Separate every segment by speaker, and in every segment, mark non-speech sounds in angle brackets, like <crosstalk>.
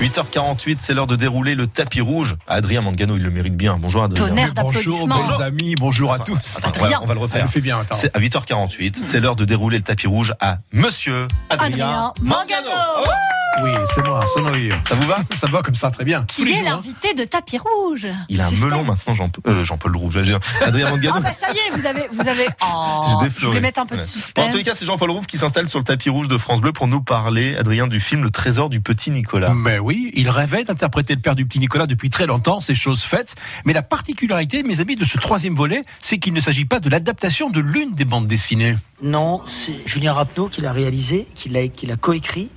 Speaker 1: 8h48, c'est l'heure de dérouler le tapis rouge. Adrien Mangano, il le mérite bien. Bonjour Adrien.
Speaker 2: Tonnerre
Speaker 3: Bonjour,
Speaker 2: d'applaudissements.
Speaker 3: bons amis, bonjour à
Speaker 1: Attends,
Speaker 3: tous.
Speaker 1: attends, on, va, on va
Speaker 3: Elle
Speaker 1: le
Speaker 2: Ah
Speaker 1: refaire.
Speaker 3: le fait bien, attends.
Speaker 1: C'est à 8h48, c'est l'heure de dérouler le tapis rouge à Monsieur Adrien,
Speaker 2: Adrien Mangano.
Speaker 1: Oh,
Speaker 3: Oui, c'est moi, c'est moi.
Speaker 1: ça vous va
Speaker 3: Ça va comme ça, très bien.
Speaker 2: Qui est l'invité de Tapis Rouge
Speaker 1: hein. Il a un
Speaker 2: Suspect.
Speaker 1: melon maintenant, Jean, euh, Jean-Paul Rouve, j'allais dire. Adrien Mangano.
Speaker 2: Ah bah ça y est, vous avez, vous
Speaker 1: <laughs>
Speaker 2: avez. Oh,
Speaker 1: J'ai
Speaker 2: je
Speaker 1: défleuré.
Speaker 2: voulais mettre un peu de
Speaker 1: Ouais.
Speaker 2: suspense.
Speaker 1: Bon, en tous les cas, c'est Jean-Paul Rouve qui s'installe sur le tapis rouge de France Bleu pour nous parler, Adrien, du film Le Trésor du Petit Nicolas.
Speaker 3: Mais oui, il rêvait d'interpréter le père du petit Nicolas depuis très longtemps, c'est chose faite. Mais la particularité, mes amis, de ce troisième volet, c'est qu'il ne s'agit pas de l'adaptation de l'une des bandes dessinées.
Speaker 4: Non, c'est Julien Rapneau qui l'a réalisé, qui l'a, qui l'a coécrit,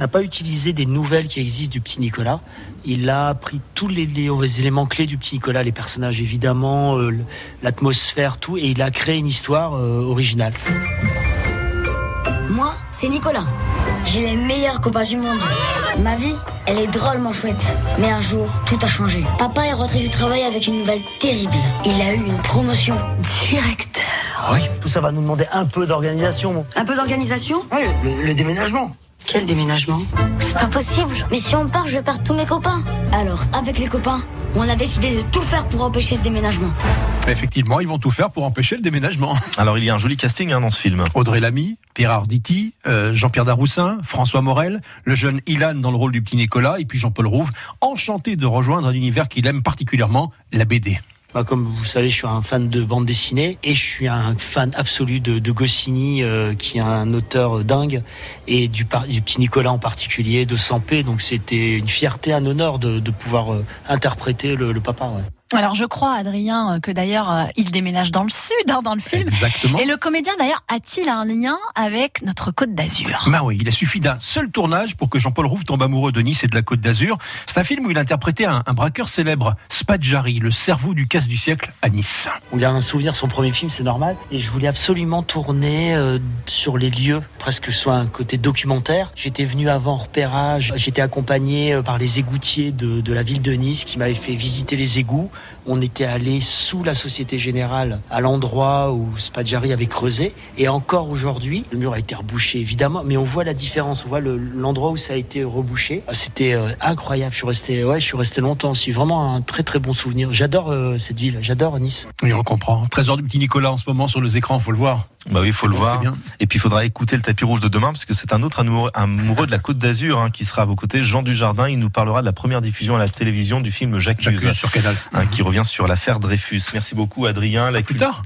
Speaker 4: n'a pas utilisé des nouvelles qui existent du petit Nicolas. Il a pris tous les, les- les éléments clés du petit Nicolas, les personnages évidemment, euh, le- l'atmosphère, tout, et il a créé une histoire euh, originale.
Speaker 5: Moi, c'est Nicolas. J'ai les meilleurs copains du monde. Ma vie, elle est drôlement chouette. Mais un jour, tout a changé. Papa est rentré du travail avec une nouvelle terrible. Il a eu une promotion.
Speaker 6: Direct.
Speaker 4: Tout ça va nous demander un peu d'organisation.
Speaker 6: Un peu d'organisation
Speaker 4: Oui, le, déménagement.
Speaker 6: Quel déménagement
Speaker 5: C'est pas possible. Mais si on part, je perds tous mes copains. Alors, avec les copains, on a décidé de tout faire pour empêcher ce déménagement.
Speaker 3: Effectivement, ils vont tout faire pour empêcher le déménagement.
Speaker 1: Alors, il y a un joli casting hein, dans ce film.
Speaker 3: Audrey Lamy, Pierre Arditi, euh, Jean-Pierre Daroussin, François Morel, le jeune Ilan dans le rôle du petit Nicolas, et puis Jean-Paul Rouve, enchanté de rejoindre un univers qu'il aime particulièrement, la BD.
Speaker 4: Bah, comme vous savez, je suis un fan de bande dessinée et je suis un fan absolu de, de Goscinny, euh, qui est un auteur dingue, et du, par- du petit Nicolas en particulier, de Sampé. Donc c'était une fierté, un honneur de, de pouvoir euh, interpréter le, le papa. ouais.
Speaker 2: Alors je crois, Adrien, euh, que d'ailleurs euh, il déménage dans le sud, hein, dans le film.
Speaker 3: Exactement.
Speaker 2: Et le comédien d'ailleurs a-t-il un lien avec notre Côte d'Azur
Speaker 3: Ben oui, il a suffi d'un seul tournage pour que Jean-Paul Rouve tombe amoureux de Nice et de la Côte d'Azur. C'est un film où il interprétait un, un braqueur célèbre, Spadjari, le cerveau du casse du siècle à Nice.
Speaker 4: Il a un souvenir, son premier film, c'est normal. Et je voulais absolument tourner euh, sur les lieux, presque que ce soit un côté documentaire. J'étais venu avant en repérage, j'étais accompagné euh, par les égoutiers de, de la ville de Nice qui m'avaient fait visiter les égouts. On était allé sous la Société Générale, à l'endroit où Spadjari avait creusé. Et encore aujourd'hui, le mur a été rebouché évidemment, mais on voit la différence, on voit le- l'endroit où ça a été rebouché. Ah, C'était euh, incroyable, je suis resté, ouais, je suis resté longtemps. C'est vraiment un très très bon souvenir. J'adore euh, cette ville, j'adore Nice.
Speaker 3: Et on le comprend. Trésor du petit Nicolas en ce moment sur les écrans, faut le voir.
Speaker 1: Bah oui, faut le
Speaker 3: Bon,
Speaker 1: voir.
Speaker 3: c'est bien.
Speaker 1: Et puis, il faudra écouter le tapis rouge de demain, parce que c'est un autre amoureux, amoureux de la Côte d'Azur hein, qui sera à vos côtés, Jean Dujardin. Il nous parlera de la première diffusion à la télévision du film Jacques,
Speaker 3: J'accuse sur Canal.
Speaker 1: hein, qui revient sur l'affaire Dreyfus. Merci beaucoup, Adrien. La
Speaker 3: Plus
Speaker 1: cul-
Speaker 3: tard.